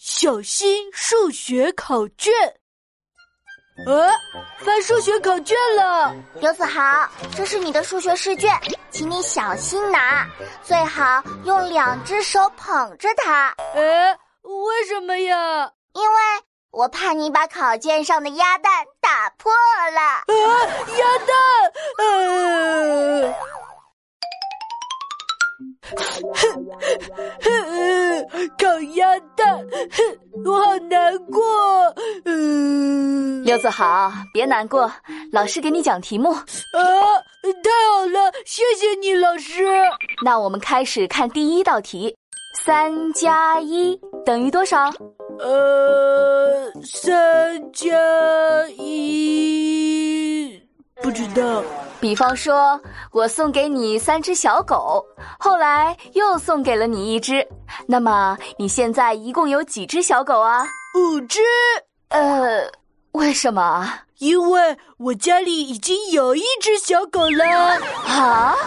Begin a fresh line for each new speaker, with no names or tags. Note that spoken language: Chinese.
小心数学考卷。呃、发数学考卷了，
刘子豪，这是你的数学试卷，请你小心拿，最好用两只手捧着它，
哎，为什么呀？
因为我怕你把考卷上的鸭蛋打破了。
啊，鸭蛋！呃， 哼哼，烤鸭蛋， 哼，我好难过。呃嗯、
刘子豪，别难过，老师给你讲题目。
啊，太好了，谢谢你，老师。
那我们开始看第一道题：三加一等于多少？
呃，三加一，不知道。
比方说，我送给你三只小狗，后来又送给了你一只，那么你现在一共有几只小狗啊？
五只，
呃，为什么啊？
因为我家里已经有一只小狗了。
啊？